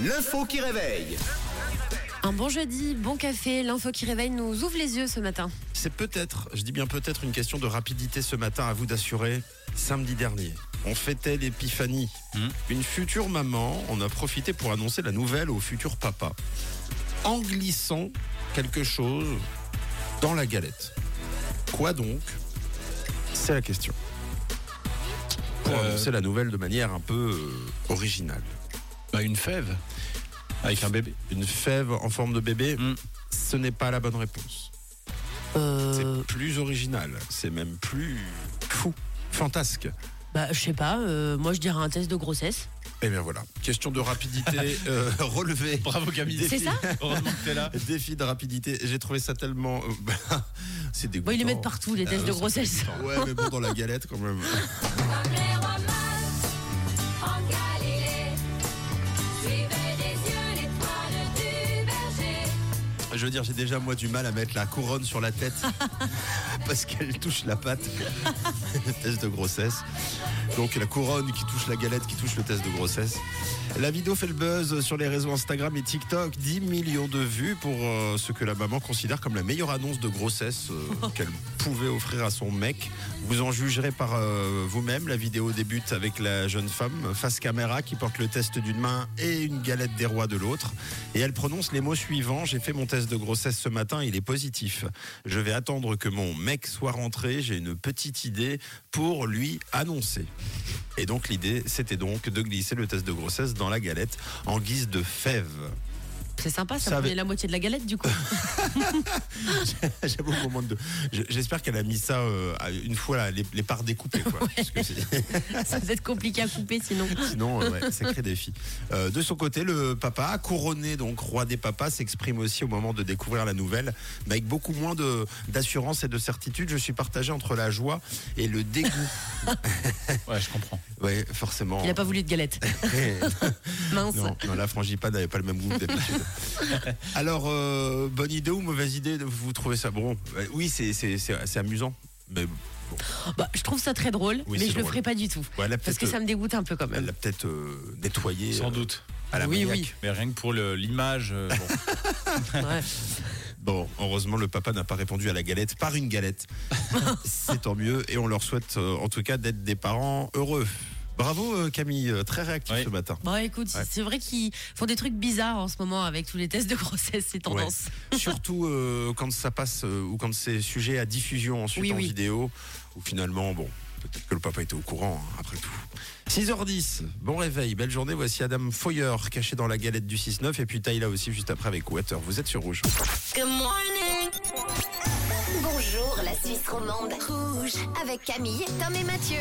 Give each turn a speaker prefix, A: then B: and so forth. A: L'info qui réveille.
B: Un bon jeudi, bon café, l'info qui réveille nous ouvre les yeux ce matin.
C: C'est peut-être, je dis bien peut-être, une question de rapidité ce matin, à vous d'assurer. Samedi dernier, on fêtait l'épiphanie.
D: Hmm.
C: Une future maman en a profité pour annoncer la nouvelle au futur papa, en glissant quelque chose dans la galette. Quoi donc C'est la question. Pour
D: Euh,
C: annoncer la nouvelle de manière un peu euh, originale.
D: Bah, une fève. Avec un bébé.
C: Une fève en forme de bébé,
D: Mm.
C: ce n'est pas la bonne réponse.
B: Euh,
C: C'est plus original, c'est même plus fou, fantasque.
B: bah, je sais pas, euh, moi je dirais un test de grossesse.
C: Et Eh bien voilà, question de rapidité euh, relevée.
D: Bravo Camille.
B: C'est ça
D: Heureusement que t'es là.
C: Défi de rapidité, j'ai trouvé ça tellement... euh, bah, c'est dégoûtant. Euh,
B: Bon, ils les mettent partout, les tests de grossesse.
C: Ouais, mais bon, dans la galette quand même.
E: En Galilée, suivez des yeux l'étoile du berger.
C: Je veux dire, j'ai déjà moi du mal à mettre la couronne sur la tête parce qu'elle touche la pâte. test de grossesse. Donc la couronne qui touche la galette, qui touche le test de grossesse. La vidéo fait le buzz sur les réseaux Instagram et TikTok. 10 millions de vues pour euh, ce que la maman considère comme la meilleure annonce de grossesse euh, qu'elle pouvait offrir à son mec. Vous en jugerez par euh, vous-même. La vidéo débute avec la jeune femme face caméra qui porte le test d'une main et une galette des rois de l'autre. Et elle prononce les mots suivants. J'ai fait mon test de grossesse ce matin, il est positif. Je vais attendre que mon mec soit rentré. J'ai une petite idée pour lui annoncer. Et donc l'idée, c'était donc de glisser le test de grossesse dans la galette en guise de fève.
B: C'est sympa, ça,
C: Ça
B: prenait
C: avait-
B: la moitié de la galette du coup.
C: J'avoue au moment de. je- J'espère qu'elle a mis ça euh, à- une fois là, les, les parts découpées. Quoi, Parce que c'est-
B: ça va être compliqué à couper sinon.
C: sinon, euh, ouais, sacré défi. Euh, de son côté, le papa, couronné donc roi des papas, s'exprime aussi au moment de découvrir la nouvelle, mais avec beaucoup moins de d'assurance et de certitude. Je suis partagé entre la joie et le dégoût.
D: Ouais, je comprends.
C: ouais, forcément.
B: Il a pas voulu de galette. Mince.
C: Non, non, la frangipane n'avait pas le même goût que d'habitude. Alors, euh, bonne idée ou mauvaise idée Vous trouvez ça bon Euh, Oui, c'est- c'est c'est- c'est amusant. Mais
B: Bah, je trouve ça très drôle,
C: Oui,
B: mais
C: c'est
B: je le
C: drôle.
B: ferai pas du tout.
C: ouais, elle a
B: Parce que
C: peut-être,
B: ça me dégoûte un peu quand
C: euh, elle
B: même.
C: l'a peut-être euh, nettoyé
D: Sans
C: euh,
D: doute.
C: à la
B: Oui,
C: maniaque.
B: oui.
D: Mais rien que pour le- l'image. euh, bon.
B: Ouais.
C: Bon, heureusement, le papa n'a pas répondu à la galette par une galette. c'est tant mieux. Et on leur souhaite, euh, en tout cas, d'être des parents heureux. Bravo, euh, Camille. euh, Très réactif
D: Oui.
C: ce matin.
B: Bon, Bah, écoute,
C: Ouais.
B: c'est vrai qu'ils font des trucs bizarres en ce moment avec tous les tests de grossesse, c'est tendance.
C: Surtout euh, quand ça passe euh, ou quand c'est sujet à diffusion ensuite
B: Oui,
C: en
B: oui.
C: vidéo, où finalement, bon, peut-être que le papa était au courant, hein, après tout. 6h10, bon réveil, belle journée. Voici Adam Foyer caché dans la galette du 6-9 et puis Taïla aussi juste après avec Water. Vous êtes sur Rouge.
F: Good morning. Bonjour la Suisse romande. Rouge avec Camille, Tom et Mathieu.